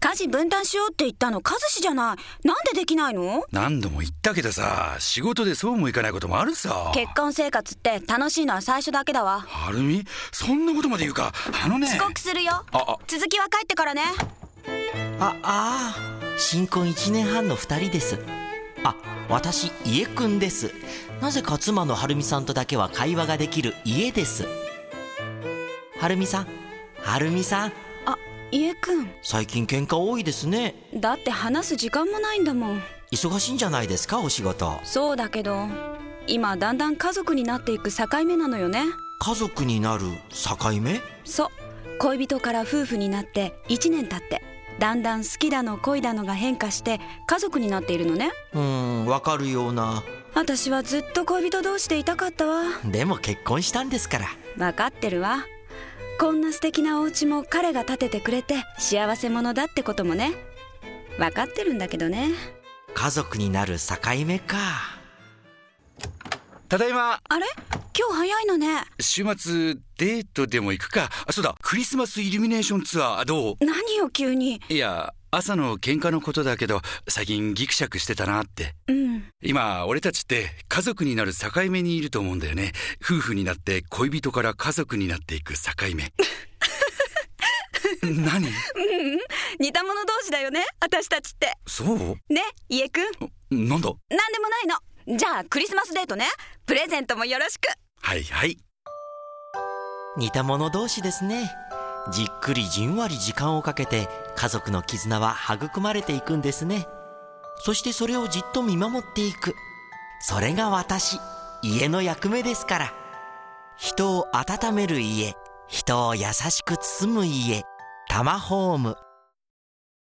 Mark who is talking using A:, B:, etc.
A: 家事分担しようって言ったの和志じゃないなんでできないの
B: 何度も言ったけどさ仕事でそうもいかないこともあるさ
A: 結婚生活って楽しいのは最初だけだわ
B: はるみそんなことまで言うかあのね
A: 遅刻するよ
B: ああ
A: 続きは帰ってからね
C: ああー新婚1年半の2人ですあ私家くんですなぜか妻の晴美さんとだけは会話ができる家です晴美さん晴美さん
A: あ家くん
C: 最近喧嘩多いですね
A: だって話す時間もないんだもん
C: 忙しいんじゃないですかお仕事
A: そうだけど今だんだん家族になっていく境目なのよね
C: 家族になる境目
A: そう恋人から夫婦になって1年経ってだんだん好きだの恋だのが変化して家族になっているのね
C: うーんわかるような
A: 私はずっと恋人同士でいたかったわ
C: でも結婚したんですから
A: 分かってるわこんな素敵なお家も彼が建ててくれて幸せ者だってこともね分かってるんだけどね
C: 家族になる境目か
B: ただいま
A: あれ今日早いのね
B: 週末デートでも行くかあそうだクリスマスイルミネーションツアーど
A: 何よ急に
B: ういや朝の喧嘩のことだけど最近ギクシャクしてたなって
A: うん
B: 今俺たちって家族になる境目にいると思うんだよね夫婦になって恋人から家族になっていく境 目何
A: 似た者同士だよね私たちって
B: そう
A: ね家くん
B: なんだ
A: 何でもないのじゃあクリスマスデートねプレゼントもよろしく
B: はいはい
C: 似た者同士ですねじっくりじんわり時間をかけて家族の絆は育まれていくんですねそしてそれをじっと見守っていくそれが私家の役目ですから人を温める家人を優しく包む家タマホーム